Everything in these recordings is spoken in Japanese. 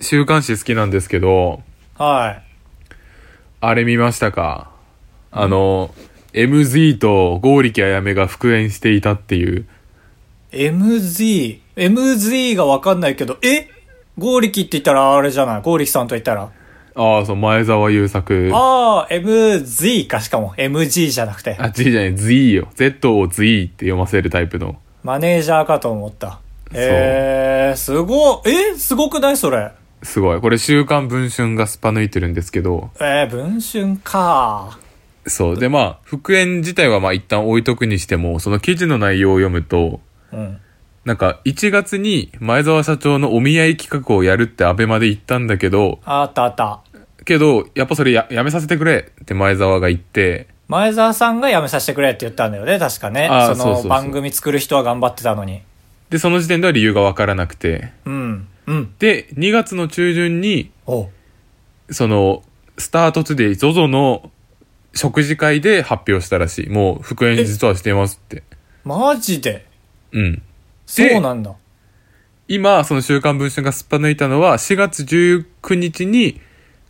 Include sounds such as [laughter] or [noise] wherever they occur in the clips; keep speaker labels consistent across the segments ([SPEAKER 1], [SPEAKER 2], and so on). [SPEAKER 1] 週刊誌好きなんですけど、
[SPEAKER 2] は
[SPEAKER 1] あれ見ましたかあの、MZ と剛力あやめが復縁していたっていう。
[SPEAKER 2] い。MZ。MZ がわかんないけど、えゴーリキって言ったらあれじゃないゴーリキさんと言ったら。
[SPEAKER 1] ああ、そう、前澤友作。あ、
[SPEAKER 2] ああ、MZ かしかも。MG じゃなくて。
[SPEAKER 1] G じゃない、Z よ。Z を Z って読ませるタイプの。
[SPEAKER 2] マネージャーかと思った。えー、すご、えすごくないそれ。
[SPEAKER 1] すごい。これ、週刊文春がすっぱ抜いてるんですけど、
[SPEAKER 2] えー、文春か。
[SPEAKER 1] そう。で、まあ、復縁自体はまあ一旦置いとくにしても、その記事の内容を読むと、
[SPEAKER 2] うん。
[SPEAKER 1] なんか、1月に前澤社長のお見合い企画をやるってアベマで言ったんだけど、
[SPEAKER 2] あったあった。
[SPEAKER 1] けど、やっぱそれややめさせてくれって前澤が言って、
[SPEAKER 2] 前澤さんが辞めさせてくれって言ったんだよね、確かね。
[SPEAKER 1] あー
[SPEAKER 2] そ
[SPEAKER 1] そう
[SPEAKER 2] の
[SPEAKER 1] そうそう
[SPEAKER 2] 番組作る人は頑張ってたのに。
[SPEAKER 1] で、その時点では理由がわからなくて。
[SPEAKER 2] うん。うん。
[SPEAKER 1] で、2月の中旬に、
[SPEAKER 2] お
[SPEAKER 1] その、スタートツデイ ZOZO の食事会で発表したらしい。もう復縁実はしていますって。
[SPEAKER 2] マジで
[SPEAKER 1] うん。
[SPEAKER 2] そうなんだ。
[SPEAKER 1] 今、その週刊文春がすっぱ抜いたのは、4月19日に、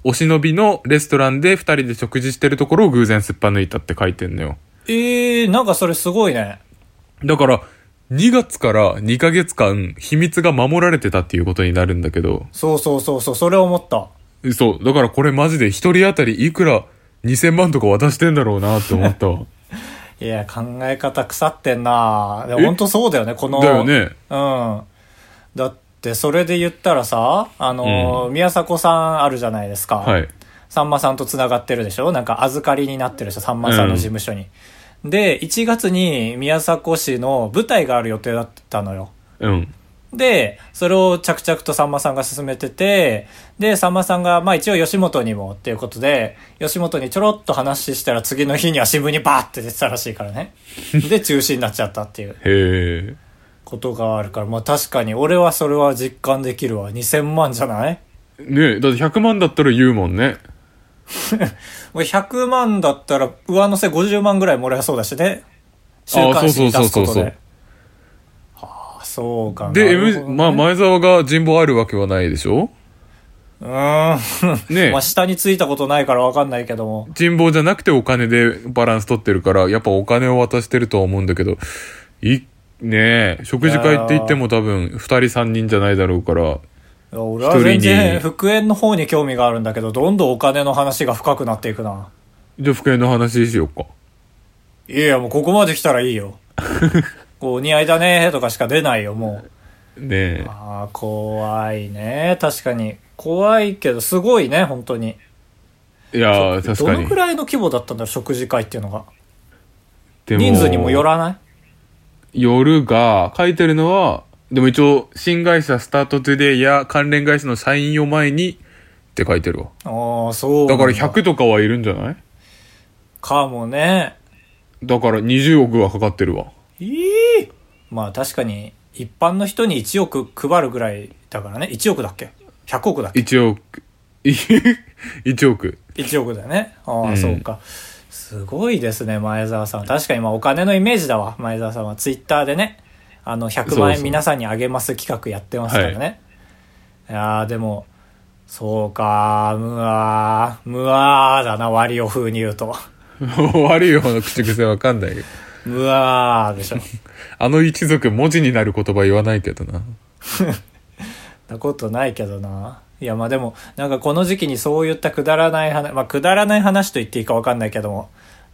[SPEAKER 1] お忍びのレストランで2人で食事してるところを偶然すっぱ抜いたって書いてんのよ。
[SPEAKER 2] えー、なんかそれすごいね。
[SPEAKER 1] だから、2月から2ヶ月間、秘密が守られてたっていうことになるんだけど、
[SPEAKER 2] そうそうそうそう、それ思った。
[SPEAKER 1] そう、だからこれマジで1人当たりいくら2000万とか渡してんだろうなって思ったわ。
[SPEAKER 2] いや、考え方腐ってんなでも
[SPEAKER 1] え
[SPEAKER 2] 本当そうだよね、この。
[SPEAKER 1] だよね。
[SPEAKER 2] うん。だって、それで言ったらさ、あのー宮迫さ [laughs] んあるじゃないですか。
[SPEAKER 1] はい。
[SPEAKER 2] さんまさんと繋がってるでしょなんか預かりになってるでしょさんまさんの事務所に。で、1月に宮迫市の舞台がある予定だったのよ。
[SPEAKER 1] うん。
[SPEAKER 2] で、それを着々とさんまさんが進めてて、で、さんまさんが、まあ一応吉本にもっていうことで、吉本にちょろっと話したら次の日には新聞にバーって出てたらしいからね。
[SPEAKER 1] [laughs]
[SPEAKER 2] で、中止になっちゃったっていう
[SPEAKER 1] へえ。
[SPEAKER 2] ことがあるから、まあ確かに俺はそれは実感できるわ。2000万じゃない
[SPEAKER 1] ねえ、だって100万だったら言うもんね。
[SPEAKER 2] もう100万だったら上乗せ50万ぐらいもらえそうだしね。週刊誌に出す
[SPEAKER 1] そ
[SPEAKER 2] こ
[SPEAKER 1] うそうそうそう
[SPEAKER 2] と
[SPEAKER 1] そう
[SPEAKER 2] で。はあ、そうかな。
[SPEAKER 1] で、
[SPEAKER 2] なる
[SPEAKER 1] M、
[SPEAKER 2] ほどね
[SPEAKER 1] まあ、前澤が人望あるわけはないでしょ
[SPEAKER 2] うーん。
[SPEAKER 1] ねえ
[SPEAKER 2] まあ、下についたことないからわかんないけども。
[SPEAKER 1] 人望じゃなくてお金でバランス取ってるから、やっぱお金を渡してるとは思うんだけど、い、ねえ、食事会って言っても多分2人3人じゃないだろうから、
[SPEAKER 2] いや俺は全
[SPEAKER 1] 一人に
[SPEAKER 2] 然復縁の方に興味があるんだけど、どんどんお金の話が深くなっていくな。
[SPEAKER 1] じゃあ、福縁の話しようか。
[SPEAKER 2] いや、もうここまで来たらいい [laughs] よ。こう、お似合いだねとかしか出ないよ、もう。
[SPEAKER 1] ねえ。
[SPEAKER 2] ああ、怖いね。確かに。怖いけど、すごいね、本当に。
[SPEAKER 1] いやー、確
[SPEAKER 2] ど
[SPEAKER 1] か
[SPEAKER 2] の
[SPEAKER 1] に
[SPEAKER 2] く。らいの規模だったんだろう、食事会っていうのが。
[SPEAKER 1] で
[SPEAKER 2] 人数にもよらない
[SPEAKER 1] 夜が、書いてるのは、でも一応、新会社スタートトゥデイや関連会社の社員を前にって書いてるわ。
[SPEAKER 2] ああ、そうな
[SPEAKER 1] だ
[SPEAKER 2] ん。
[SPEAKER 1] から100とかはいるんじゃない
[SPEAKER 2] かもね。
[SPEAKER 1] だから20億はかかってるわ。
[SPEAKER 2] ええまあ確かに、一般の人に1億配るぐらいだからね。1億だっけ ?100 億だっけ
[SPEAKER 1] 1億、1億。 [laughs]
[SPEAKER 2] 1億だよね。ああ、
[SPEAKER 1] うん
[SPEAKER 2] そうか。すごいですね、前澤さん。確かにまあお金のイメージだわ、前澤さんは。ツイッターでね、あの、100万
[SPEAKER 1] そうそ
[SPEAKER 2] 円
[SPEAKER 1] う
[SPEAKER 2] 皆さんにあげます企画やってますからね。い、やーでも、そうか、むわー、むわーだな、割りを風に言うと。
[SPEAKER 1] 悪いよ、の口癖わかんないよ。
[SPEAKER 2] むわーでしょ。
[SPEAKER 1] あの一族文字になる言葉言わないけどな。
[SPEAKER 2] なことないけどな。いや、まあでも、なんかこの時期にそういったくだらない話、まあくだらない話と言っていいかわかんないけども。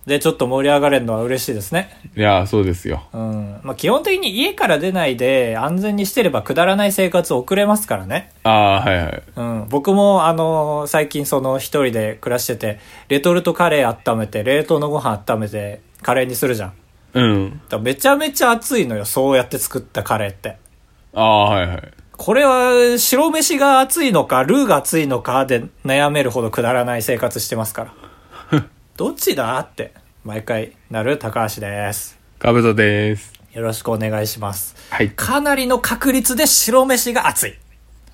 [SPEAKER 2] で、ちょっと盛り上がれるのは嬉しいですね。
[SPEAKER 1] いやー、そうですよ。
[SPEAKER 2] うん。まあ基本的に家から出ないで安全にしてればくだらない生活を送れますからね。
[SPEAKER 1] あー、はいはい。
[SPEAKER 2] うん。僕もあのー最近その一人で暮らしてて、レトルトカレー温めて、冷凍のご飯温めて、カレーにするじゃん。
[SPEAKER 1] うん。
[SPEAKER 2] だからめちゃめちゃ熱いのよ、そうやって作ったカレーって。
[SPEAKER 1] あー、はいはい。
[SPEAKER 2] これは、白飯が熱いのか、ルーが熱いのかで悩めるほどくだらない生活してますから。どっちだって、毎回なる高橋です。
[SPEAKER 1] かぶとでーす。
[SPEAKER 2] よろしくお願いします。
[SPEAKER 1] はい。
[SPEAKER 2] かなりの確率で白飯が熱い。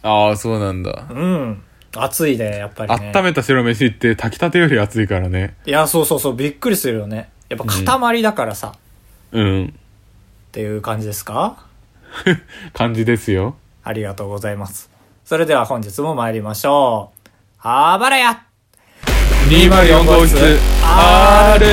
[SPEAKER 1] ああ、そうなんだ。
[SPEAKER 2] うん。熱いで、やっぱりね。
[SPEAKER 1] 温めた白飯って炊きたてより熱いからね。
[SPEAKER 2] いや、そうそうそう、びっくりするよね。やっぱ塊だからさ、っ
[SPEAKER 1] うん。
[SPEAKER 2] ていう感じですか
[SPEAKER 1] 感じですよ。
[SPEAKER 2] ありがとうございます。それでは本日も参りましょう。あばらや
[SPEAKER 1] 204号室 R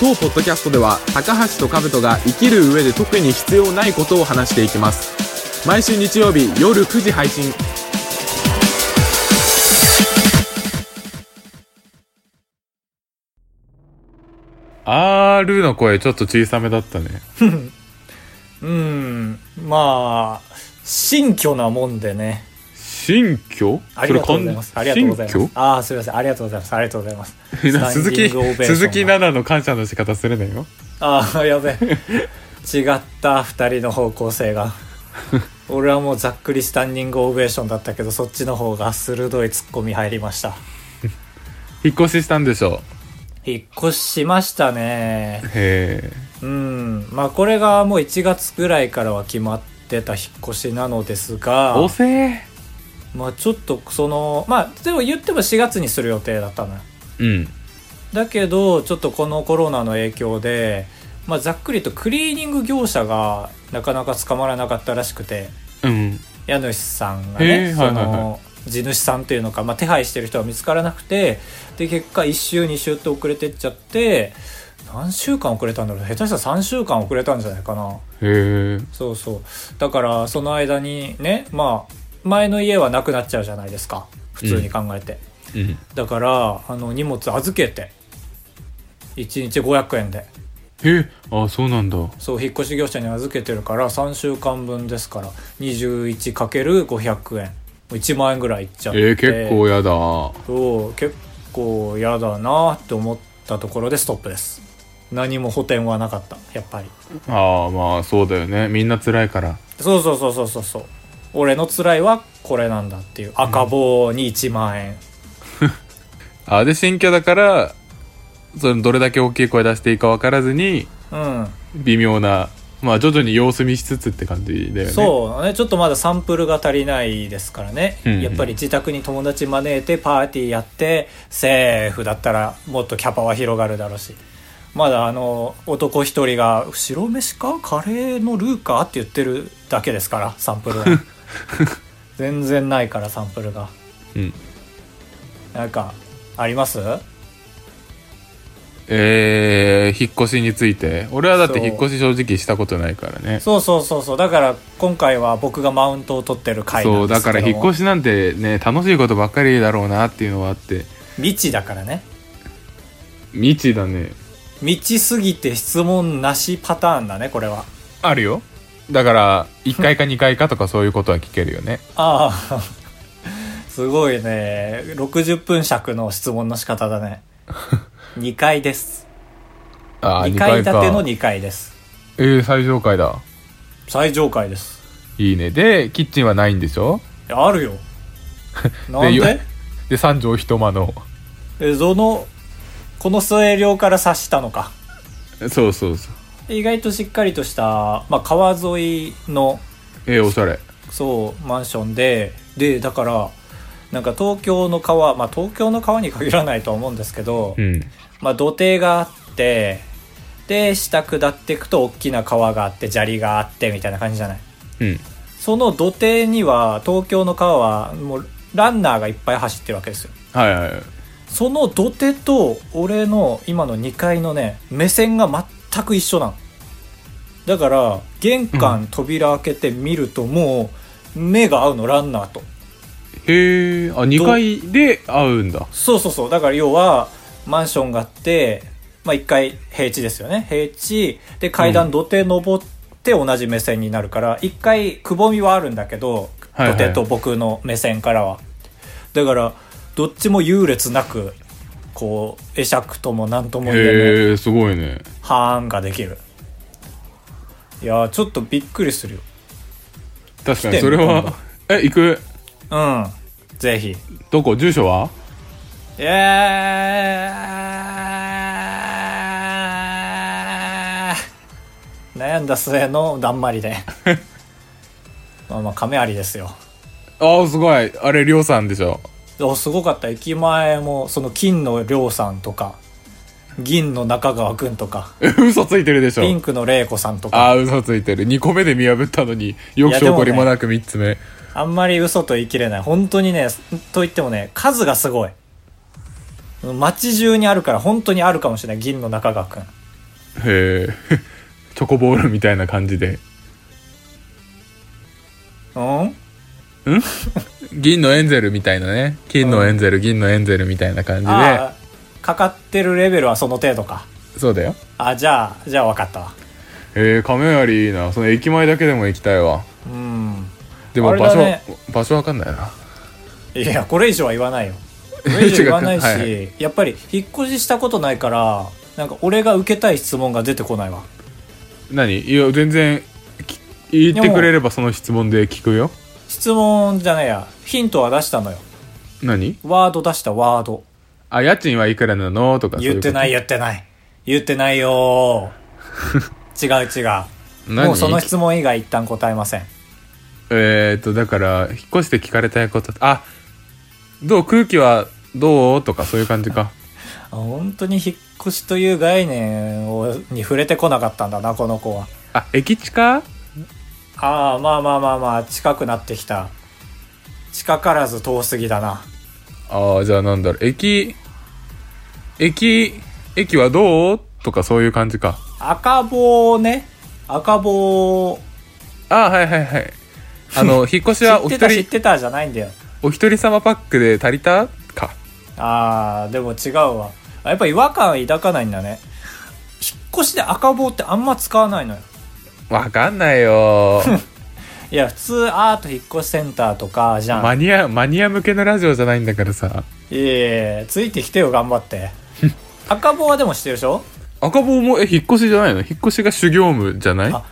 [SPEAKER 1] 当ポッドキャストでは高橋と兜が生きる上で特に必要ないことを話していきます毎週日曜日夜9時配信あるの声ちょっと小さめだったね
[SPEAKER 2] うーん、まあ、新居なもんでね。
[SPEAKER 1] 新居。
[SPEAKER 2] ありがとうございます。ありがとうございます。ああ、すみません。ありがとうございます。ありがとうございます
[SPEAKER 1] 鈴木
[SPEAKER 2] スタンディングオベーションが
[SPEAKER 1] 鈴木奈々の感謝の仕方するなよ
[SPEAKER 2] ああ、やべえ。違った、二人の方向性が。俺はもうざっくりスタンディングオベーションだったけど、そっちの方が鋭い突っ込み入りました。
[SPEAKER 1] 引っ越ししたんでしょ
[SPEAKER 2] 引っ越ししましたね。
[SPEAKER 1] うへえ
[SPEAKER 2] うん。まあこれがもう1月ぐらいからは決まってた引っ越しなのですが、
[SPEAKER 1] おせえ
[SPEAKER 2] まあちょっとその、まあでも言っても4月にする予定だったのよ。
[SPEAKER 1] うん
[SPEAKER 2] だけどちょっとこのコロナの影響で、まあ、ざっくりとクリーニング業者がなかなか捕まらなかったらしくて
[SPEAKER 1] うん
[SPEAKER 2] 家主さんが
[SPEAKER 1] へ
[SPEAKER 2] ね
[SPEAKER 1] ー
[SPEAKER 2] そ
[SPEAKER 1] はいはい
[SPEAKER 2] の地主さんというのか、まあ、手配してる人は見つからなくてで結果1週2週って遅れてっちゃって何週間遅れたんだろう下手したら3週間遅れたんじゃないかな
[SPEAKER 1] へえ
[SPEAKER 2] そうそうだからその間にねまあ前の家はなくなっちゃうじゃないですか普通に考えて、
[SPEAKER 1] うん
[SPEAKER 2] だからあの荷物預けて1日500円で
[SPEAKER 1] えあそうなんだ
[SPEAKER 2] そう引っ越し業者に預けてるから3週間分ですから 21×500 円1万円ぐらいいっちゃって
[SPEAKER 1] えー、結構やだ
[SPEAKER 2] そう結構やだなって思ったところでストップです何も補填はなかったやっぱり
[SPEAKER 1] ああまあそうだよねみんな辛いから
[SPEAKER 2] そうそうそうそうそうそう俺の辛いはこれなんだっていう赤棒に1万円、
[SPEAKER 1] あで新居だからそのどれだけ大きい声出していいか分からずに
[SPEAKER 2] うん
[SPEAKER 1] 微妙なまあ徐々に様子見しつつって感じだよね
[SPEAKER 2] そうねちょっとまだサンプルが足りないですからね、
[SPEAKER 1] うんうん
[SPEAKER 2] やっぱり自宅に友達招いてパーティーやってセーフだったらもっとキャパは広がるだろうしまだあの男一人が「白飯かカレーのルーか?」って言ってるだけですからサン
[SPEAKER 1] [laughs]
[SPEAKER 2] プルは全然ないからサンプルが
[SPEAKER 1] う、うん、
[SPEAKER 2] なんかあります
[SPEAKER 1] えー、引っ越しについて俺はだって
[SPEAKER 2] そう
[SPEAKER 1] 引っ越し正直したことないからね
[SPEAKER 2] そうそうそうそうだから今回は僕がマウントを取ってる回な
[SPEAKER 1] そ
[SPEAKER 2] ん
[SPEAKER 1] う
[SPEAKER 2] で
[SPEAKER 1] だ
[SPEAKER 2] すけ
[SPEAKER 1] から
[SPEAKER 2] ども
[SPEAKER 1] 引っ越しなんてね楽しいことばっかりだろうなっていうのはあって
[SPEAKER 2] 未知だからね
[SPEAKER 1] 未知だね
[SPEAKER 2] 未知すぎて質問なしパターンだねこれは
[SPEAKER 1] あるよだから1回か2回かとかそういうことは聞けるよね
[SPEAKER 2] ああ [laughs] すごいね60分尺の質問の仕方
[SPEAKER 1] [laughs]
[SPEAKER 2] だね2階です
[SPEAKER 1] ああ
[SPEAKER 2] 2
[SPEAKER 1] 2
[SPEAKER 2] 階
[SPEAKER 1] 回
[SPEAKER 2] 建
[SPEAKER 1] か
[SPEAKER 2] ての2階です
[SPEAKER 1] えー、最上階だ
[SPEAKER 2] 最上階です
[SPEAKER 1] いいねでキッチンはないんでしょ
[SPEAKER 2] いやあるよなん
[SPEAKER 1] よ
[SPEAKER 2] で
[SPEAKER 1] [laughs] で3畳一間の
[SPEAKER 2] えそのこの末量から察したのか
[SPEAKER 1] そうそうそう
[SPEAKER 2] 意外としっかりとした、まあ、川沿いの
[SPEAKER 1] えー、おしゃれ
[SPEAKER 2] そうマンションででだからなんか東京の川まあ東京の川に限らないとは思うんですけど、
[SPEAKER 1] うん
[SPEAKER 2] まあ、土手があってで下下っていくと大きな川があって砂利があってみたいな感じじゃない
[SPEAKER 1] うん
[SPEAKER 2] その土手には東京の川はもうランナーがいっぱい走ってるわけですよ
[SPEAKER 1] はいはいはい
[SPEAKER 2] その土手と俺の今の2階のね目線が全く一緒なのだから玄関扉開けて見るともう目が合うのランナーと
[SPEAKER 1] へえあ2階で会うんだ
[SPEAKER 2] そうそうそうだから要はマンションがあって、まあ、1階平地ですよね平地で階
[SPEAKER 1] うん
[SPEAKER 2] 段土手登って同じ目線になるから、1階くぼみはあるんだけど
[SPEAKER 1] はいはい
[SPEAKER 2] 土手と僕の目線からは、だからどっちも優劣なくこう会釈とも何とも言えない
[SPEAKER 1] へえすごいね
[SPEAKER 2] はーんができるいやーちょっとびっくりするよ
[SPEAKER 1] 確かにそれはえ行く
[SPEAKER 2] うんぜひ
[SPEAKER 1] どこ住所は
[SPEAKER 2] えー悩んだ末のだんまりでまあまあ亀有ですよ
[SPEAKER 1] ああすごいあれりょうさんでしょ
[SPEAKER 2] おすごかった駅前もその金の量産とか銀の中川くんとか、
[SPEAKER 1] [laughs] 嘘ついてるでしょ
[SPEAKER 2] ピンクの玲子さんとか、
[SPEAKER 1] ああ嘘ついてる2個目で見破ったのによ
[SPEAKER 2] い
[SPEAKER 1] く
[SPEAKER 2] や
[SPEAKER 1] 証拠りもなく3つ目、
[SPEAKER 2] あんまり嘘と言い切れない。本当にね、と言ってもね、数がすごい。街中にあるから本当にあるかもしれない、銀の中川くん。
[SPEAKER 1] へえ [laughs] チョコボールみたいな感じで
[SPEAKER 2] うん
[SPEAKER 1] 銀のエンゼルみたいなね金のエンゼル銀のエンゼルみたいな感じ
[SPEAKER 2] ああ、かかってるレベルはその程度か。
[SPEAKER 1] でそうだよ
[SPEAKER 2] あ、じゃあ、じゃあ分かったわ。
[SPEAKER 1] へえ亀有いいなその駅前だけでも行きたいわ
[SPEAKER 2] うん。
[SPEAKER 1] でも
[SPEAKER 2] あれ
[SPEAKER 1] 場
[SPEAKER 2] だ
[SPEAKER 1] 所、
[SPEAKER 2] ね
[SPEAKER 1] 場所わかんないない
[SPEAKER 2] や、これ以上は言わ [laughs] ないよ。これ以上言わないし、
[SPEAKER 1] 違うは
[SPEAKER 2] やっぱり引っ越ししたことないから、なんか俺が受けたい質問が出てこないわ。
[SPEAKER 1] 何いや全然き言ってくれればその質問で聞くよ
[SPEAKER 2] 質問じゃねえや。ヒントは出したのよ。
[SPEAKER 1] 何
[SPEAKER 2] ワード出したワード。
[SPEAKER 1] あ家賃はいくらなのとか
[SPEAKER 2] 言ってないい言ってない。言ってないよ [laughs] ー違う違う。
[SPEAKER 1] 何
[SPEAKER 2] もうその質問以外一旦答えません。
[SPEAKER 1] えー、っとだから引っ越して聞かれたいことあどう空気はどうとかそういう感じか
[SPEAKER 2] 本当に引っ越しという概念をに触れてこなかったんだな、この子は。
[SPEAKER 1] あ駅近
[SPEAKER 2] ああ、まあまあまあまあ、近くなってきた。近からず遠すぎだな。
[SPEAKER 1] ああじゃあなんだろう駅駅駅はどうとかそういう感じか
[SPEAKER 2] 赤棒ね。赤棒。
[SPEAKER 1] ああはいはい
[SPEAKER 2] [laughs]
[SPEAKER 1] はいあの引っ越しは
[SPEAKER 2] 知
[SPEAKER 1] お
[SPEAKER 2] って
[SPEAKER 1] 一
[SPEAKER 2] た知っ
[SPEAKER 1] 人
[SPEAKER 2] てたじゃないんだよ。
[SPEAKER 1] お一人様パックで足りたか
[SPEAKER 2] ああ、でも違うわ。あやっぱ違和感抱かないんだね。引っ越しで赤棒ってあんま使わないのよ。
[SPEAKER 1] わかんない
[SPEAKER 2] [laughs]
[SPEAKER 1] よ
[SPEAKER 2] いや、普通アート引っ越しセンターとかじゃん。
[SPEAKER 1] マニアマニア向けのラジオじゃないんだからさ
[SPEAKER 2] いえいえ、ついてきてよ、頑張
[SPEAKER 1] [laughs]
[SPEAKER 2] って。赤棒はでも知ってるでしょ
[SPEAKER 1] 赤棒もえ引っ越しじゃないの引っ越しが修行務じゃない
[SPEAKER 2] あ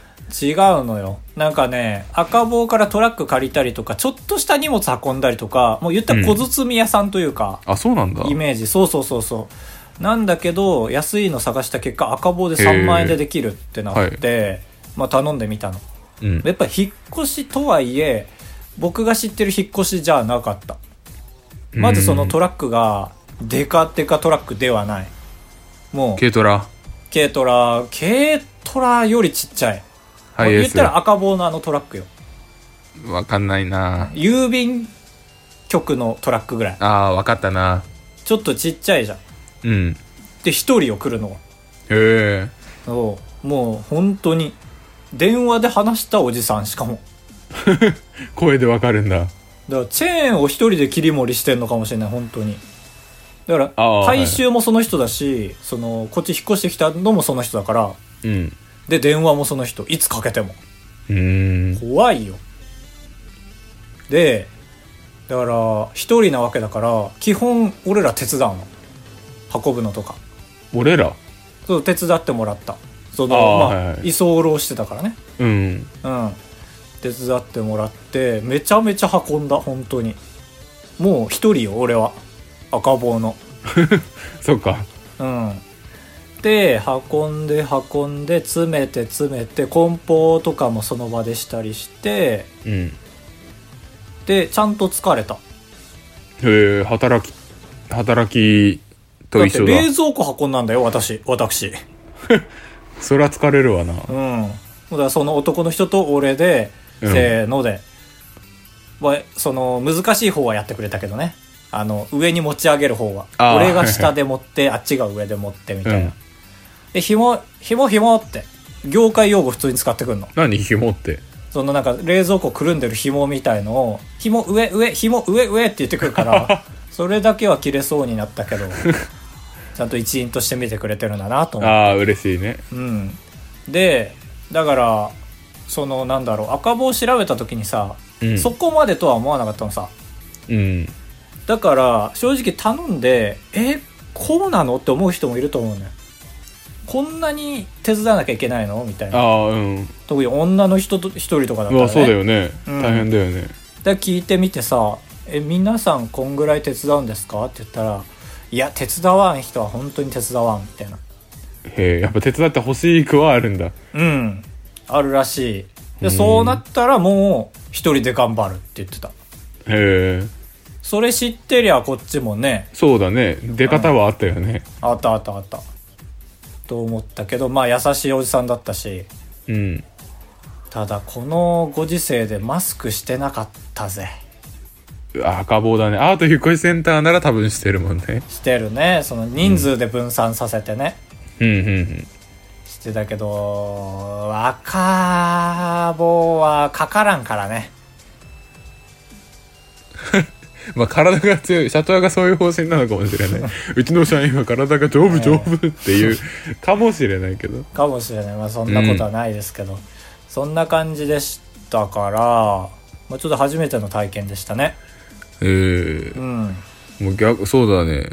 [SPEAKER 2] 違うのよ。なんかね、赤棒からトラック借りたりとか、ちょっとした荷物運んだりとか、もう言ったら小包み屋さんというか、
[SPEAKER 1] あそうなんだ
[SPEAKER 2] イメージ。そうそうそうそう。なんだけど、安いの探した結果、赤棒で3万円でできるってなって、まあ頼んでみたの。
[SPEAKER 1] うん
[SPEAKER 2] やっぱ引っ越しとはいえ、僕が知ってる引っ越しじゃなかった。まずそのトラックが、デカデカトラックではない。もう、
[SPEAKER 1] 軽トラ
[SPEAKER 2] 軽トラ、軽トラよりちっちゃい。
[SPEAKER 1] ハイエー
[SPEAKER 2] 言っ
[SPEAKER 1] ス
[SPEAKER 2] たら赤棒のあのトラックよ。
[SPEAKER 1] わかんないな
[SPEAKER 2] 郵便局のトラックぐらい。
[SPEAKER 1] あーわかったな
[SPEAKER 2] ちょっとちっちゃいじゃん。
[SPEAKER 1] うんへ
[SPEAKER 2] で、一人を来るのは。
[SPEAKER 1] え
[SPEAKER 2] そうもう本当に電話で話したおじさんしかも
[SPEAKER 1] 声でわかるんだ
[SPEAKER 2] だからチェーンを一人で切り盛りしてんのかもしれない本当にだか
[SPEAKER 1] あ
[SPEAKER 2] ら
[SPEAKER 1] あ
[SPEAKER 2] 回収もその人だし、そのこっち引っ越してきたのもその人だから
[SPEAKER 1] うん
[SPEAKER 2] で電話もその人いつかけても
[SPEAKER 1] うーん
[SPEAKER 2] 怖いよでだから一人なわけだから基本俺ら手伝うの運ぶのとか
[SPEAKER 1] 俺ら
[SPEAKER 2] そう手伝ってもらったその
[SPEAKER 1] ああ
[SPEAKER 2] まあ、
[SPEAKER 1] はいはい
[SPEAKER 2] 居候してたからね
[SPEAKER 1] うん
[SPEAKER 2] うん、手伝ってもらってめちゃめちゃ運んだ本当にもう一人よ俺は赤棒の
[SPEAKER 1] そっか
[SPEAKER 2] うんで運んで運んで詰めて詰めて梱包とかもその場でしたりして
[SPEAKER 1] うん
[SPEAKER 2] でちゃんと疲れた
[SPEAKER 1] へえ働き働きと一緒だ
[SPEAKER 2] だって冷蔵庫運んだんだよ私私
[SPEAKER 1] そりゃ疲れるわな
[SPEAKER 2] うんだからその男の人と俺で、
[SPEAKER 1] うん
[SPEAKER 2] せーのでまあその難しい方はやってくれたけどねあの上に持ち上げる方は
[SPEAKER 1] あー
[SPEAKER 2] 俺が下で持って [laughs] あっちが上で持ってみたいな、
[SPEAKER 1] うん
[SPEAKER 2] で紐紐紐って業界用語普通に使ってくんの
[SPEAKER 1] 何紐って
[SPEAKER 2] そのなんか冷蔵庫くるんでる紐みたいのを紐上上紐上上って言ってくるから
[SPEAKER 1] [laughs]
[SPEAKER 2] それだけは切れそうになったけどちゃんと一員として見てくれてるんだなと思って
[SPEAKER 1] ああ嬉しいね
[SPEAKER 2] うん、でだからそのなんだろう赤棒を調べた時にさ、
[SPEAKER 1] うん
[SPEAKER 2] そこまでとは思わなかったのさ
[SPEAKER 1] うん
[SPEAKER 2] だから正直頼んでえこうなのって思う人もいると思うねこんなに手伝わなきゃいけないのみたい
[SPEAKER 1] あ
[SPEAKER 2] な
[SPEAKER 1] あうん
[SPEAKER 2] 特に女の人と一人とかだっ
[SPEAKER 1] う
[SPEAKER 2] たら、
[SPEAKER 1] わ
[SPEAKER 2] ね、
[SPEAKER 1] そうだよね
[SPEAKER 2] うん
[SPEAKER 1] 大変だよね
[SPEAKER 2] で聞いてみてさ「え皆さんこんぐらい手伝うんですか?」って言ったら「いや手伝わん人は本当に手伝わん」みたいな
[SPEAKER 1] へえやっぱ手伝ってほしい句はあるんだ
[SPEAKER 2] うん。あるらしい。
[SPEAKER 1] うん
[SPEAKER 2] で、そうなったらもう一人で頑張るって言ってた。
[SPEAKER 1] へえ
[SPEAKER 2] それ知ってりゃこっちもね、
[SPEAKER 1] そうだね出方はあったよね
[SPEAKER 2] あったあったあった。と思ったけどまあ優しいおじさんだったし
[SPEAKER 1] うん。
[SPEAKER 2] ただこのご時世でマスクしてなかったぜ
[SPEAKER 1] うわ赤棒だね。アートゆこいセンターなら多分してるもんね。
[SPEAKER 2] してるねその人数で分散させてね、
[SPEAKER 1] うんうんうん。
[SPEAKER 2] してたけど赤棒はかからんからね
[SPEAKER 1] まあ体が強い。社長がそういう方針なのかもし [laughs] れない。うちの社員は体が丈夫丈夫っていう、かもしれないけど。
[SPEAKER 2] かもしれないまあそんなことはないですけど、そんな感じでしたから、まあ、ちょっと初めての体験でしたね
[SPEAKER 1] ええ
[SPEAKER 2] うん
[SPEAKER 1] もう逆、そうだね。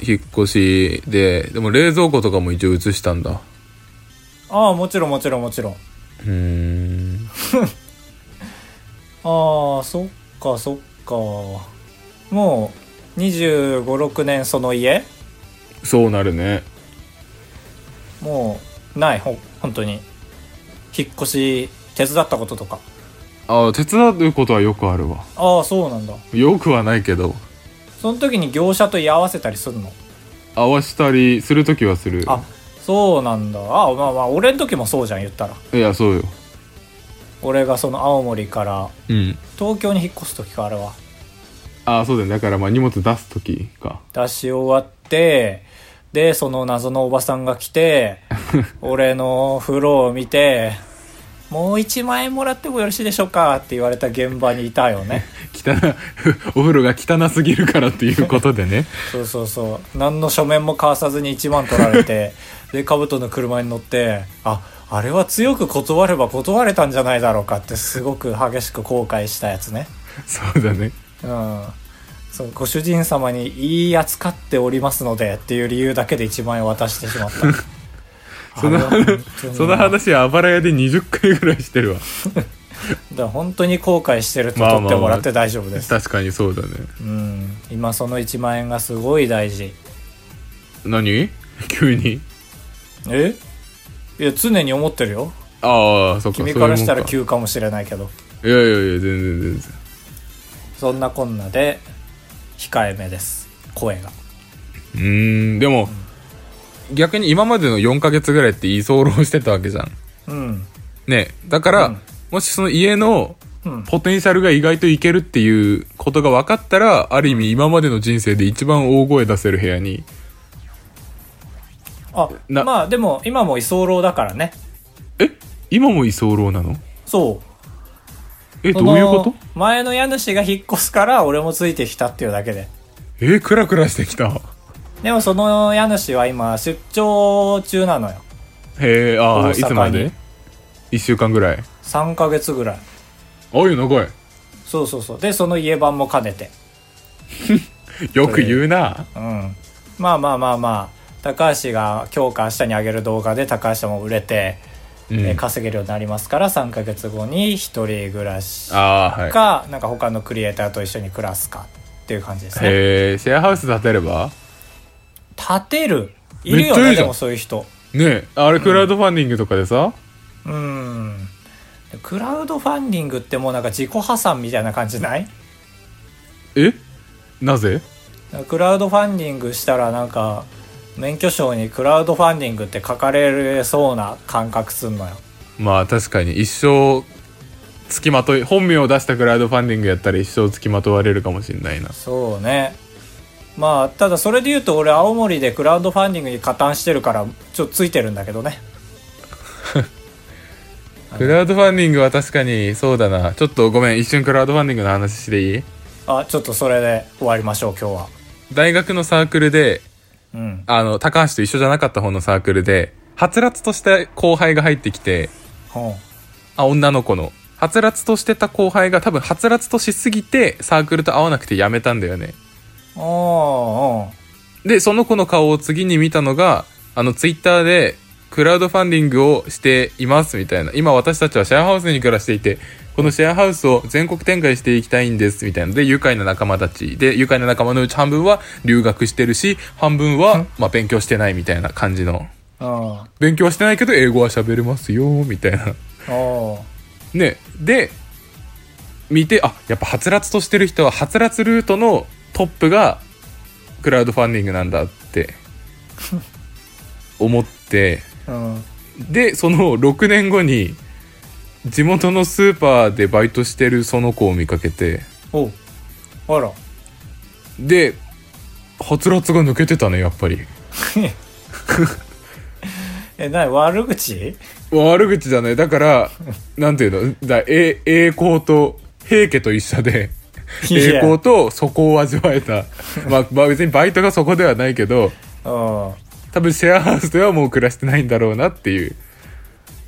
[SPEAKER 1] 引っ越しで、でも冷蔵庫とかも一応移したんだ。
[SPEAKER 2] ああもちろんもちろんもちろん
[SPEAKER 1] うーん。
[SPEAKER 2] ああそっかそっかもう2 5 6年その家
[SPEAKER 1] そうなるね。
[SPEAKER 2] もうないほ本当に引っ越し手伝ったこととか
[SPEAKER 1] ああ、手伝うことはよくあるわ。
[SPEAKER 2] ああそうなんだ
[SPEAKER 1] よくはないけど、
[SPEAKER 2] その時に業者と居合わせたりするの
[SPEAKER 1] 合わしたりするときはする。
[SPEAKER 2] あそうなんだあまあまあ俺の時もそうじゃん言ったら
[SPEAKER 1] いや、そうよ。
[SPEAKER 2] 俺がその青森から
[SPEAKER 1] うん。
[SPEAKER 2] 東京に引っ越す時かあれは
[SPEAKER 1] ああ、そうだね。だからまあ荷物出すときか。
[SPEAKER 2] 出し終わってでその謎のおばさんが来て俺の風呂を見て「もう1万円もらってもよろしいでしょうか」って言われた現場にいたよね
[SPEAKER 1] 汚い、お風呂が汚すぎるからっていうことでね。
[SPEAKER 2] そうそうそう何の書面も交わさずに1万取られてで兜の車に乗ってああれは強く断れば断れたんじゃないだろうかってすごく激しく後悔したやつね
[SPEAKER 1] そうだね。
[SPEAKER 2] うんそうご主人様に言い扱っておりますのでっていう理由だけで1万円渡してしまっ
[SPEAKER 1] [laughs]
[SPEAKER 2] た
[SPEAKER 1] その
[SPEAKER 2] あれは本当に
[SPEAKER 1] その話はあばら屋で20回ぐらいしてるわ。
[SPEAKER 2] だから本当に後悔してると
[SPEAKER 1] まあまあまあ
[SPEAKER 2] 取ってもらって大丈夫です、
[SPEAKER 1] 確かにそうだね。
[SPEAKER 2] うん今その1万円がすごい大事
[SPEAKER 1] 何急に。
[SPEAKER 2] えいや常に思ってるよ
[SPEAKER 1] ああ、そっか。
[SPEAKER 2] 君からしたら
[SPEAKER 1] そういう
[SPEAKER 2] 急かもしれないけど
[SPEAKER 1] もんかいやいやいや、全然全然。
[SPEAKER 2] そんなこんなで控えめです声が
[SPEAKER 1] うーん、でも、逆に今までの4ヶ月ぐらいって居候してたわけじゃん。
[SPEAKER 2] うん
[SPEAKER 1] ねだから、
[SPEAKER 2] うん
[SPEAKER 1] もしその家の
[SPEAKER 2] うん
[SPEAKER 1] ポテンシャルが意外といけるっていうことが分かったら、ある意味今までの人生で一番大声出せる部屋に。
[SPEAKER 2] あ
[SPEAKER 1] な
[SPEAKER 2] まあでも今も居候だからね
[SPEAKER 1] え今も居候なの
[SPEAKER 2] そう
[SPEAKER 1] え、
[SPEAKER 2] そ
[SPEAKER 1] ど
[SPEAKER 2] の
[SPEAKER 1] ういうこと
[SPEAKER 2] 前の家主が引っ越すから俺もついてきたっていうだけで
[SPEAKER 1] えクラクラしてきた。
[SPEAKER 2] でもその家主は今出張中なのよ
[SPEAKER 1] へえ、ああ、
[SPEAKER 2] 大
[SPEAKER 1] い
[SPEAKER 2] 阪に
[SPEAKER 1] つまで ?1 週間ぐらい。
[SPEAKER 2] 3ヶ月ぐらい
[SPEAKER 1] ああいうのい。
[SPEAKER 2] そうそうそうでその家番も兼ねて
[SPEAKER 1] よく言うな。
[SPEAKER 2] うんまあまあまあまあ高橋が今日か明日に上げる動画で高橋も売れて、
[SPEAKER 1] うん
[SPEAKER 2] えー稼げるようになりますから3ヶ月後に一人暮らしか、
[SPEAKER 1] ああ、はい。
[SPEAKER 2] なんか他のクリエイターと一緒に暮らすかっていう感じですね
[SPEAKER 1] へえ、シェアハウス建てれば
[SPEAKER 2] 建てるいるよ
[SPEAKER 1] めっちゃいい
[SPEAKER 2] ね
[SPEAKER 1] じゃ
[SPEAKER 2] で
[SPEAKER 1] ん
[SPEAKER 2] もそういう人
[SPEAKER 1] ねえ、あれクラウドファンディングとかでさ、
[SPEAKER 2] うんクラウドファンディングってもうなんか自己破産みたいな感じない
[SPEAKER 1] えなぜ
[SPEAKER 2] クラウドファンディングしたらなんか免許証にクラウドファンディングって書かれそうな感覚すんのよ
[SPEAKER 1] まあ確かに一生つきまとい本名を出したクラウドファンディングやったら一生つきまとわれるかもしれないな
[SPEAKER 2] そうねまあただそれで言うと俺青森でクラウドファンディングに加担してるからちょっとついてるんだけどね
[SPEAKER 1] クラウドファンディングは確かにそうだなちょっとごめん一瞬クラウドファンディングの話していい
[SPEAKER 2] あちょっとそれで終わりましょう今日は
[SPEAKER 1] 大学のサークルで
[SPEAKER 2] うん
[SPEAKER 1] あの高橋と一緒じゃなかった方のサークルではつらつとした後輩が入ってきて
[SPEAKER 2] ほう
[SPEAKER 1] あ女の子のはつらつとしてた後輩が多分はつらつとしすぎてサークルと合わなくてやめたんだよね
[SPEAKER 2] あ
[SPEAKER 1] で、その子の顔を次に見たのが、あの、ツイッターで、クラウドファンディングをしていますみたいな。今私たちはシェアハウスに暮らしていて、このシェアハウスを全国展開していきたいんですみたいなので、愉快な仲間たち。で、愉快な仲間のうち半分は留学してるし、半分は、まあ、勉強してないみたいな感じの。
[SPEAKER 2] あうんあ
[SPEAKER 1] 勉強してないけど、英語は喋れますよ、みたいな。
[SPEAKER 2] あ
[SPEAKER 1] ね、で、見て、あ、やっぱはつらつとしてる人は、はつらつルートのトップが、クラウドファンディングなんだって。思って
[SPEAKER 2] うん。
[SPEAKER 1] でその6年後に地元のスーパーでバイトしてるその子を見かけて
[SPEAKER 2] おうあら。
[SPEAKER 1] ではつらつが抜けてたねやっぱり
[SPEAKER 2] え、なに悪口
[SPEAKER 1] 悪口だねだ
[SPEAKER 2] [laughs]
[SPEAKER 1] からなんていうのだ栄栄光と平家と一緒で
[SPEAKER 2] いや
[SPEAKER 1] 栄光と底を味わえ
[SPEAKER 2] [laughs]
[SPEAKER 1] たまあ、まあ、別にバイトがそこではないけど
[SPEAKER 2] うん。
[SPEAKER 1] 多分シェアハウスではもう暮らしてないんだろうなっていう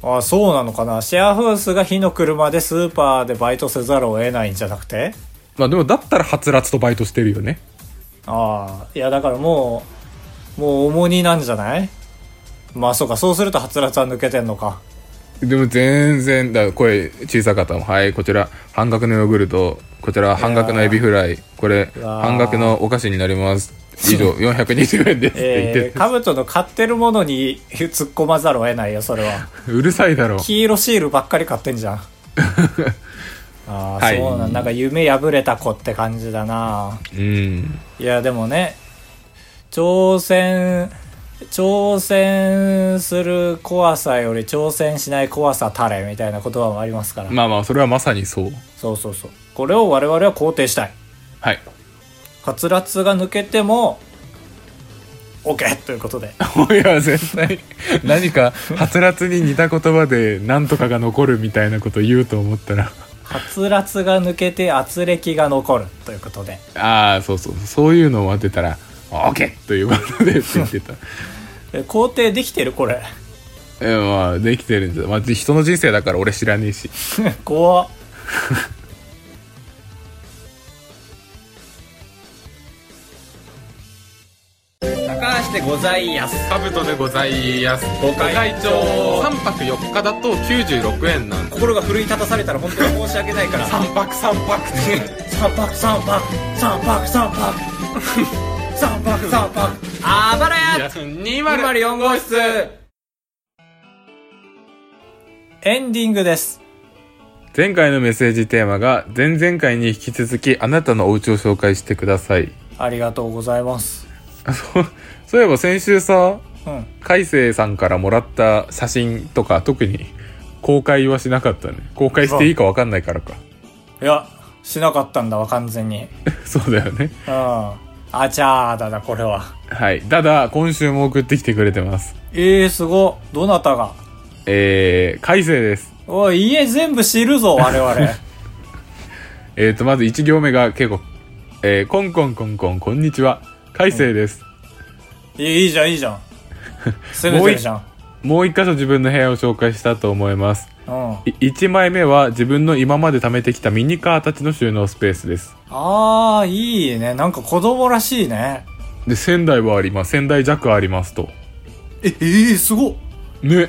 [SPEAKER 2] あ、そうなのかなシェアハウスが火の車でスーパーでバイトせざるを得ないんじゃなくて
[SPEAKER 1] まあでもだったらはつらつとバイトしてるよね
[SPEAKER 2] ああ、いやだからもう、もう重荷なんじゃないまあそうか、そうするとはつらつは抜けてんのか。
[SPEAKER 1] でも全然だ声小さかったもんはいこちら半額のヨーグルトこちら半額のエビフライこれ
[SPEAKER 2] うわー
[SPEAKER 1] 半額のお菓子になります以
[SPEAKER 2] [laughs]
[SPEAKER 1] 上420円ですって言
[SPEAKER 2] え
[SPEAKER 1] っ
[SPEAKER 2] ー、
[SPEAKER 1] て、
[SPEAKER 2] カブトの買ってるものに [laughs] 突っ込まざるを得ないよ、それは。
[SPEAKER 1] うるさいだろ
[SPEAKER 2] 黄色シールばっかり買って
[SPEAKER 1] [laughs]
[SPEAKER 2] んじゃん。ああ、
[SPEAKER 1] はい
[SPEAKER 2] そうなん、なんか夢破れた子って感じだな。
[SPEAKER 1] うん
[SPEAKER 2] いや、でもね、挑戦、挑戦する怖さより挑戦しない怖さたれみたいな言葉もありますから。
[SPEAKER 1] まあまあそれはまさにそう
[SPEAKER 2] そうそうそう。これを我々は肯定したい。
[SPEAKER 1] はい
[SPEAKER 2] はつらつが抜けても、OK! ということで。
[SPEAKER 1] お [laughs] いは絶対何かはつらつに似た言葉で何とかが残るみたいなこと言うと思ったら
[SPEAKER 2] はつらつが抜けて、圧力が残るということで。
[SPEAKER 1] ああそうそうそういうのを当てたら「OK!」ということでって言ってた [laughs]
[SPEAKER 2] え肯定できてるこれ。 [laughs]
[SPEAKER 1] えまあできてるんですまあ人の人生だから俺知らねえし
[SPEAKER 2] 怖っ。高橋でございやす。
[SPEAKER 1] カブトでございますご
[SPEAKER 2] 会長
[SPEAKER 1] 3泊4日だと96円なんで
[SPEAKER 2] 心が奮い立たされたら本当に申し訳ないから。
[SPEAKER 1] 3泊3泊で
[SPEAKER 2] 三泊三泊三泊三泊三泊三泊あばれ
[SPEAKER 1] 204号室
[SPEAKER 2] エンディングです
[SPEAKER 1] 前回のメッセージテーマが前々回に引き続きあなたのお家を紹介してください
[SPEAKER 2] ありがとうございます
[SPEAKER 1] あそう [laughs] そういえば先週さ
[SPEAKER 2] うん
[SPEAKER 1] 海星さんからもらった写真とか特に公開はしなかったね公開していいか分かんないからか [laughs]
[SPEAKER 2] いやしなかったんだわ完全にうん
[SPEAKER 1] そうだよね
[SPEAKER 2] あちゃーだなこれは
[SPEAKER 1] はいただ今週も送ってきてくれてます
[SPEAKER 2] えー、すごっどなたが
[SPEAKER 1] えー、海星です
[SPEAKER 2] おい家全部知るぞ我 [laughs] 々
[SPEAKER 1] えー、とまず1行目が結構、えー、コンコンコンコンこんにちは海星です、
[SPEAKER 2] いいいいじゃんいいじゃん攻めてるじゃん
[SPEAKER 1] もう1箇所自分の部屋を紹介したと思います
[SPEAKER 2] うんあ
[SPEAKER 1] 1枚目は自分の今まで貯めてきたミニカーたちの収納スペースです
[SPEAKER 2] あーいいねなんか子供らしいね
[SPEAKER 1] で仙台はあります仙台弱ありますと
[SPEAKER 2] ええー、すごっ
[SPEAKER 1] ね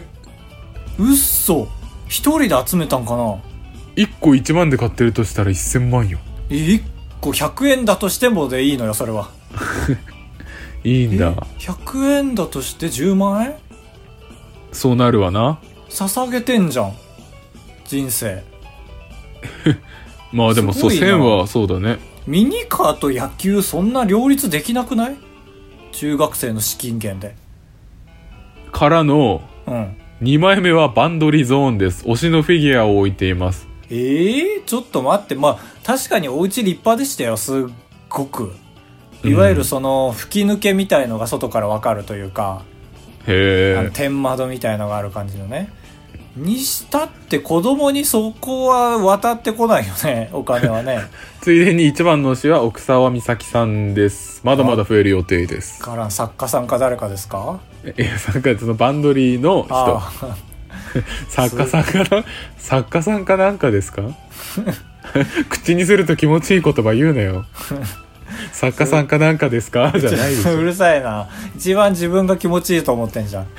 [SPEAKER 2] うっそ一人で集めたんかな
[SPEAKER 1] 1個1万で買ってるとしたら1000万よ
[SPEAKER 2] え1個100円だとしてもでいいのよそれはい
[SPEAKER 1] いんだ
[SPEAKER 2] 100円だとして10万円
[SPEAKER 1] そうなるわな
[SPEAKER 2] 捧げてんじゃん人生
[SPEAKER 1] まあでも
[SPEAKER 2] す
[SPEAKER 1] そ
[SPEAKER 2] ご
[SPEAKER 1] う
[SPEAKER 2] いな
[SPEAKER 1] 1000はそうだね
[SPEAKER 2] ミニカーと野球そんな両立できなくない中学生の資金源で
[SPEAKER 1] からの
[SPEAKER 2] うん
[SPEAKER 1] 2枚目はバンドリゾーンです推しのフィギュアを置いています
[SPEAKER 2] ええー、ちょっと待ってまあ確かにお家立派でしたよすっごくいわゆるその吹き抜けみたいのが外からわかるというか、あの
[SPEAKER 1] へえ
[SPEAKER 2] 天窓みたいのがある感じのねにしたって子供にそこは渡ってこないよね [laughs] お金はね
[SPEAKER 1] ついでに1番の推しは奥沢美咲さんですまだまだ増える予定です
[SPEAKER 2] からん作家さんか誰かですか
[SPEAKER 1] いやなんかそのバンドリーの人
[SPEAKER 2] ああ
[SPEAKER 1] 作家さんかな作家さんかなんかです [laughs] か口にすると気持ちいい言葉言うな [laughs] よ作家さんかなんかです [laughs] かじゃないでしょ
[SPEAKER 2] [laughs] うるさいな一番自分が気持ちいいと思ってんじゃん [laughs]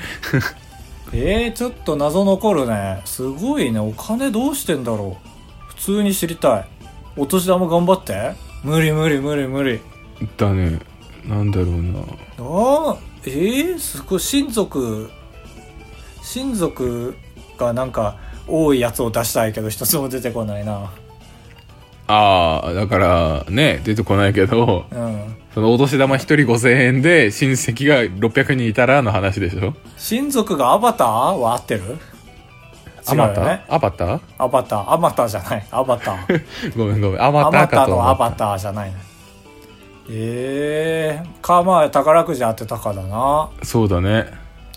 [SPEAKER 2] えー、ちょっと謎残るねすごいねお金どうしてんだろう普通に知りたいお年玉頑張って無理無理無理無理
[SPEAKER 1] だねなんだろうな
[SPEAKER 2] ああえー、すごい親族親族がなんか多いやつを出したいけど一つも出てこないな
[SPEAKER 1] ああだからね出てこないけど [laughs]
[SPEAKER 2] うん
[SPEAKER 1] そそのお年玉1人5000円で親戚が600人いたらの話でしょ
[SPEAKER 2] 親族がアバターは合ってる
[SPEAKER 1] アバタ
[SPEAKER 2] 違うよ
[SPEAKER 1] ー
[SPEAKER 2] ね
[SPEAKER 1] アバター
[SPEAKER 2] アバターアバターじゃないアバター
[SPEAKER 1] ごめんごめん。ア
[SPEAKER 2] ア
[SPEAKER 1] バター
[SPEAKER 2] バタ
[SPEAKER 1] か
[SPEAKER 2] ー
[SPEAKER 1] と思
[SPEAKER 2] の
[SPEAKER 1] った。
[SPEAKER 2] アバターじゃないのええかまあ宝くじ当てたかだな
[SPEAKER 1] そうだね。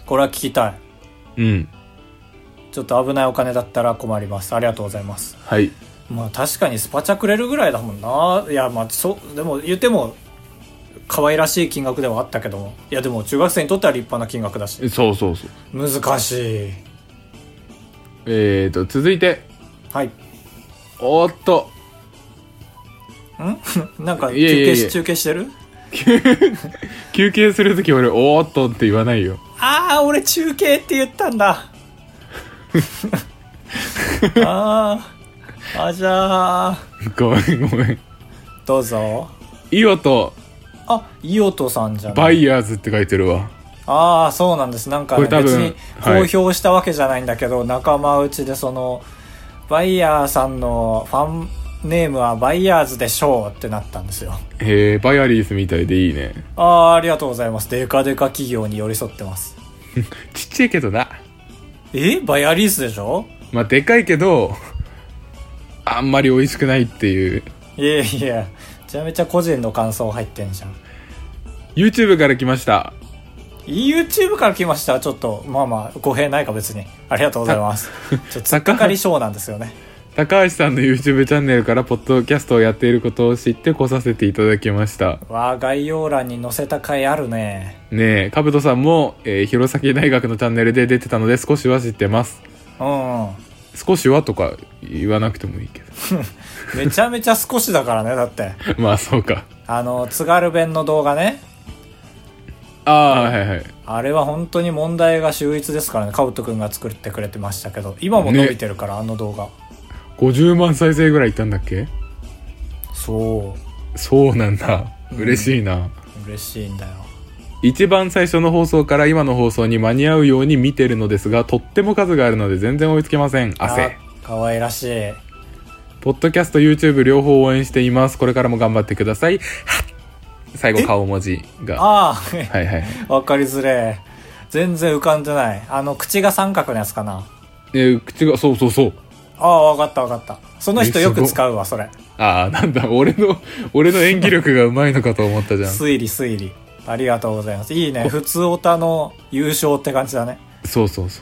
[SPEAKER 2] これは聞きたい
[SPEAKER 1] うん。
[SPEAKER 2] ちょっと危ないお金だったら困りますありがとうございます
[SPEAKER 1] はい。
[SPEAKER 2] まあ確かにスパチャくれるぐらいだもんないやまあそうでも言っても可愛らしい金額ではあったけどもいやでも中学生にとっては立派な金額だし
[SPEAKER 1] そうそうそう。
[SPEAKER 2] 難しい
[SPEAKER 1] えーと、続いて。
[SPEAKER 2] はいん
[SPEAKER 1] おーっと。
[SPEAKER 2] なんか休
[SPEAKER 1] いえいえ
[SPEAKER 2] 憩
[SPEAKER 1] いえ
[SPEAKER 2] し中継してる
[SPEAKER 1] 休憩するとき俺、おーっとって言わないよ。 [laughs]
[SPEAKER 2] ああ俺中継って言ったんだあーあじゃあ
[SPEAKER 1] ごめんごめん。
[SPEAKER 2] どうぞ
[SPEAKER 1] イオと
[SPEAKER 2] あイオトさんじゃな
[SPEAKER 1] バ
[SPEAKER 2] い
[SPEAKER 1] イヤーズって書いてるわ。
[SPEAKER 2] ああそうなんですなんか、ね、
[SPEAKER 1] これ多
[SPEAKER 2] 別
[SPEAKER 1] 分
[SPEAKER 2] に公
[SPEAKER 1] はい
[SPEAKER 2] 表したわけじゃないんだけど、仲間内でそのバイヤーさんのファンネームはバイヤーズでしょうってなったんですよ
[SPEAKER 1] へえ、バイアリースみたいでいいね。
[SPEAKER 2] ああありがとうございますデカデカ企業に寄り添ってます
[SPEAKER 1] ちっちゃいけどな。
[SPEAKER 2] えバイアリースでしょ
[SPEAKER 1] まあ、でかいけど、あんまり美味しくないっていう。
[SPEAKER 2] いやいやめちゃめちゃ個人の感想入ってんじゃん
[SPEAKER 1] YouTube から来ました。
[SPEAKER 2] YouTube から来ましたちょっとまあまあ語弊ないか別にありがとうござい
[SPEAKER 1] [laughs]
[SPEAKER 2] ますちょっと突っかかり賞なんですよね
[SPEAKER 1] 高橋さんの YouTube チャンネルからポッドキャストをやっていることを知って来させていただきました。
[SPEAKER 2] わあ概要欄に載せた回あるね
[SPEAKER 1] ねえ、かぶとさんも、えー、弘前大学のチャンネルで出てたので少しは知ってます。
[SPEAKER 2] うんうん
[SPEAKER 1] 少しはとか言わなくてもいいけ
[SPEAKER 2] めちゃめちゃ少しだからねだって
[SPEAKER 1] ど。 [laughs] まあそうか。
[SPEAKER 2] あの津軽弁の動画ね
[SPEAKER 1] ああ、はいはい。
[SPEAKER 2] あれは本当に問題が秀逸ですからねかぶとくんが作ってくれてましたけど今も伸びてるから、あの動画
[SPEAKER 1] 50万再生ぐらいいったんだっけ
[SPEAKER 2] そ
[SPEAKER 1] そうなんだ。嬉しいな。
[SPEAKER 2] う嬉しいんだよ
[SPEAKER 1] 一番最初の放送から今の放送に間に合うように見てるのですが、とっても数があるので全然追いつけません。汗。
[SPEAKER 2] あ可愛らしい
[SPEAKER 1] ポッドキャスト、YouTube 両方応援しています。これからも頑張ってください。はっ最後顔文字が。
[SPEAKER 2] ああ [laughs]
[SPEAKER 1] はいはい。
[SPEAKER 2] わかりづれえ全然浮かんでないあの口が三角のやつかな
[SPEAKER 1] え、口が、そうそうそう。
[SPEAKER 2] ああわかったわかったその人
[SPEAKER 1] え
[SPEAKER 2] よ
[SPEAKER 1] す
[SPEAKER 2] く
[SPEAKER 1] ご
[SPEAKER 2] 使うわそれ
[SPEAKER 1] ああ、なんだ、俺の、俺の演技力がうまいのかと思ったじゃん。
[SPEAKER 2] 推理推理ありがとうございますいいね普通オタの優勝って感じだね
[SPEAKER 1] そうそうそ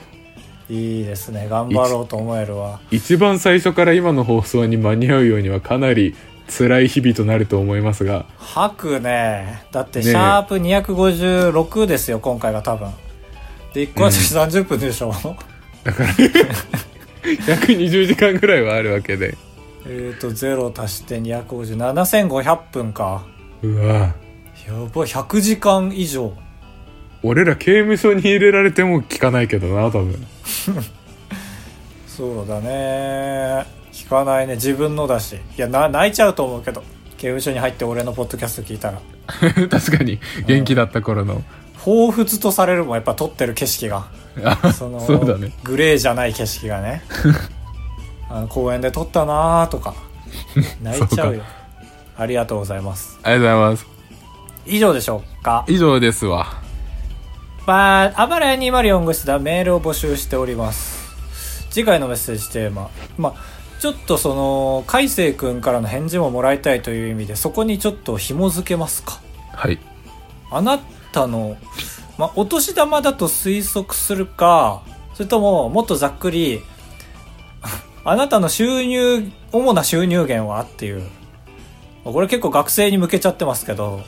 [SPEAKER 1] う。
[SPEAKER 2] いいですね頑張ろうと思えるわ
[SPEAKER 1] 一番最初から今の放送に間に合うようにはかなり辛い日々となると思いますが、
[SPEAKER 2] 吐くねだって
[SPEAKER 1] ねえ
[SPEAKER 2] シャープ256ですよ今回が多分で1個あたり30分でしょ、 [laughs]
[SPEAKER 1] 120時間ぐらいはあるわけで。
[SPEAKER 2] えっと0足して2507,500分か
[SPEAKER 1] うわ
[SPEAKER 2] やばい100時間以上
[SPEAKER 1] 俺ら刑務所に入れられても聞かないけどな、多分。
[SPEAKER 2] そうだね聞かないね自分のだしいやな泣いちゃうと思うけど刑務所に入って俺のポッドキャスト聞いたら
[SPEAKER 1] [laughs] 確かに、元気だった頃の。
[SPEAKER 2] 彷彿とされるもんやっぱ撮ってる景色が
[SPEAKER 1] あ
[SPEAKER 2] その
[SPEAKER 1] そうだね。
[SPEAKER 2] グレーじゃない景色
[SPEAKER 1] [laughs]
[SPEAKER 2] がねあの公園で撮ったなーとか泣いちゃうよありがとうございます
[SPEAKER 1] ありがとうございます。
[SPEAKER 2] 以上でしょうか
[SPEAKER 1] 以上ですわ。
[SPEAKER 2] まああばらや204号室ではメールを募集しております次回のメッセージテーマまあちょっとその海星くんからの返事ももらいたいという意味でそこにちょっと紐付けますか
[SPEAKER 1] はい。
[SPEAKER 2] あなたの、まあ、お年玉だと推測するか、それとも、もっとざっくり、 [laughs] あなたの収入、主な収入源はっていう。まあこれ結構学生に向けちゃってますけど、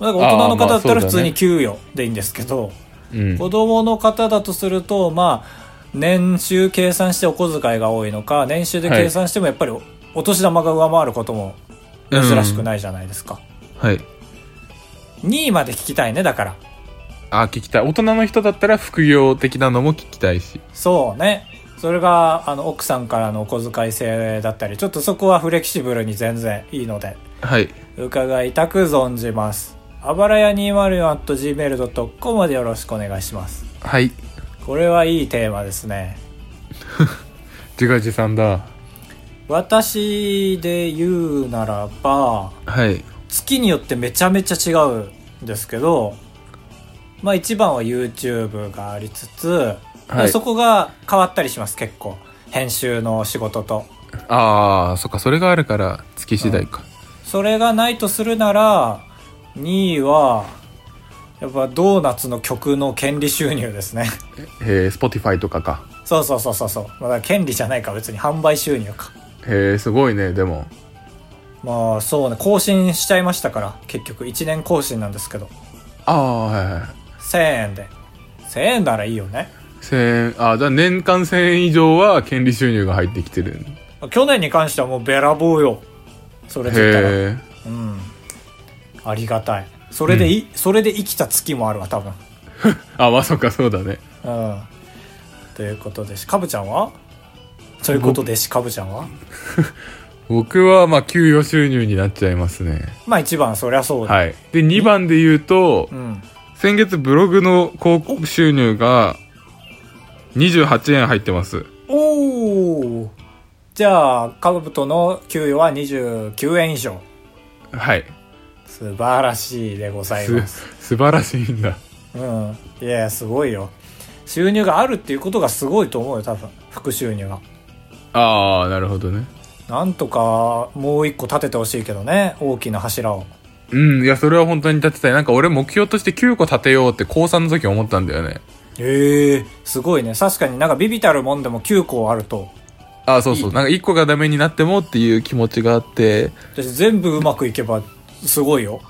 [SPEAKER 2] まあなんか大人の方だった
[SPEAKER 1] あーまあ
[SPEAKER 2] ら
[SPEAKER 1] そう
[SPEAKER 2] 普
[SPEAKER 1] だね
[SPEAKER 2] 通に給与でいいんですけど、
[SPEAKER 1] うん。
[SPEAKER 2] 子供の方だとすると、まあ、年収計算してお小遣いが多いのか、年収で計算してもやっぱりおお年玉が上回ることも珍しくないじゃないですか。
[SPEAKER 1] はい。
[SPEAKER 2] 2位まで聞きたいね、だから。
[SPEAKER 1] あ、聞きたい。大人の人だったら副業的なのも聞きたいし。
[SPEAKER 2] そうね。それが、あの、奥さんからのお小遣い制だったり、ちょっとそこはフレキシブルに全然いいので、
[SPEAKER 1] はい。
[SPEAKER 2] 伺いたく存じます。あばらや 204.gmail.com までよろしくお願いします。
[SPEAKER 1] はい。
[SPEAKER 2] これはいいテーマですね。
[SPEAKER 1] 自画自賛だ。
[SPEAKER 2] 私で言うならば、
[SPEAKER 1] はい。
[SPEAKER 2] 月によってめちゃめちゃ違うんですけど、まあ一番は YouTube がありつつ、まあそこが変わったりします、結構。編集の仕事と。
[SPEAKER 1] ああそっかそれがあるから月次第か、
[SPEAKER 2] それがないとするなら、2位は、やっぱドーナツの曲の権利収入ですね。 [laughs]
[SPEAKER 1] へえ Spotify とかか
[SPEAKER 2] そうそうそうそうそう。まあだから権利じゃないか、別に販売収入か。
[SPEAKER 1] へえすごいねでも
[SPEAKER 2] まあそうね、更新しちゃいましたから、結局1年更新なんですけど。
[SPEAKER 1] ああはいはい
[SPEAKER 2] 1000円で。1000円ならいいよね。
[SPEAKER 1] 千円あーじゃあ年間1000円以上は権利収入が入ってきてる
[SPEAKER 2] 去年に関してはもうべらぼうよ。それで言ったら。
[SPEAKER 1] へ
[SPEAKER 2] うん。ありがたい。それでい、それで生きた月もあるわ、多分。
[SPEAKER 1] えあまあそっかそうだね
[SPEAKER 2] うん。ということです。かぶちゃんはということですし、かぶちゃんは
[SPEAKER 1] 僕はまあ給与収入になっちゃいますね
[SPEAKER 2] まあ一番そりゃそうだ。
[SPEAKER 1] はいで2番で言うと
[SPEAKER 2] うん。
[SPEAKER 1] 先月ブログの広告収入が28円入ってます
[SPEAKER 2] おおじゃあ、かぶとの給与は29円以上。
[SPEAKER 1] はい
[SPEAKER 2] 素晴らしいでござい
[SPEAKER 1] す
[SPEAKER 2] ます。
[SPEAKER 1] 素晴らしいんだ
[SPEAKER 2] うん。いや、すごいよ。収入があるっていうことがすごいと思うよ、多分。副収入が。
[SPEAKER 1] ああなるほどね
[SPEAKER 2] なんとか、もう一個立ててほしいけどね。大きな柱を。
[SPEAKER 1] うんいやそれは本当に立てたいなんか俺目標として9個立てようって高3の時思ったんだよね
[SPEAKER 2] ええすごいね。確かになんかビビたるもんでも9個あると。
[SPEAKER 1] あそうそうなんか1個がダメになってもっていう気持ちがあって
[SPEAKER 2] 私全部うまくいけば、すごいよ。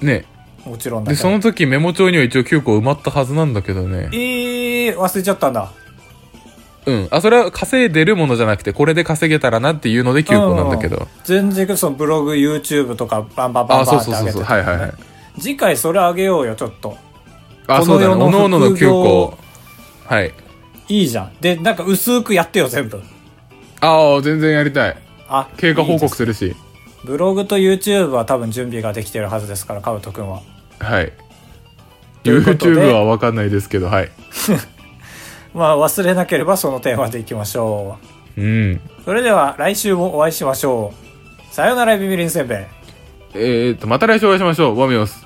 [SPEAKER 1] ね
[SPEAKER 2] もちろんだ
[SPEAKER 1] で
[SPEAKER 2] けど。
[SPEAKER 1] その時メモ帳には一応9個埋まったはずなんだけどね
[SPEAKER 2] ええ忘れちゃったんだ。
[SPEAKER 1] うんあそれは稼いでるものじゃなくてこれで稼げたらなっていうので9個なんだけ
[SPEAKER 2] う
[SPEAKER 1] ど
[SPEAKER 2] 全然、そのブログ、YouTube とか、バンバンバ
[SPEAKER 1] あ
[SPEAKER 2] ン
[SPEAKER 1] そ
[SPEAKER 2] バン
[SPEAKER 1] う
[SPEAKER 2] って
[SPEAKER 1] そう
[SPEAKER 2] 上
[SPEAKER 1] そう
[SPEAKER 2] げ
[SPEAKER 1] そ
[SPEAKER 2] て
[SPEAKER 1] う
[SPEAKER 2] た
[SPEAKER 1] は
[SPEAKER 2] も
[SPEAKER 1] い
[SPEAKER 2] んね
[SPEAKER 1] はいはい
[SPEAKER 2] 次回それあげようよ、ちょっと。
[SPEAKER 1] あ
[SPEAKER 2] こ
[SPEAKER 1] そ
[SPEAKER 2] の
[SPEAKER 1] うだね
[SPEAKER 2] 世の
[SPEAKER 1] おのおのの
[SPEAKER 2] 副
[SPEAKER 1] 9
[SPEAKER 2] 業
[SPEAKER 1] 個はい
[SPEAKER 2] いいじゃん。で、なんか薄くやってよ、全部。
[SPEAKER 1] ああ全然やりたい
[SPEAKER 2] あ、
[SPEAKER 1] 経過報告
[SPEAKER 2] いいです
[SPEAKER 1] るし
[SPEAKER 2] ブログと YouTube は多分準備ができてるはずですから、カブトくんは。
[SPEAKER 1] はい
[SPEAKER 2] ということで
[SPEAKER 1] YouTube は分かんないですけどはい
[SPEAKER 2] まあ、忘れなければそのテーマでいきましょ
[SPEAKER 1] うん
[SPEAKER 2] う。それでは、来週もお会いしましょう。さよなら、ビビリンせんべい。
[SPEAKER 1] えー、っとまた来週お会いしましょうボミオス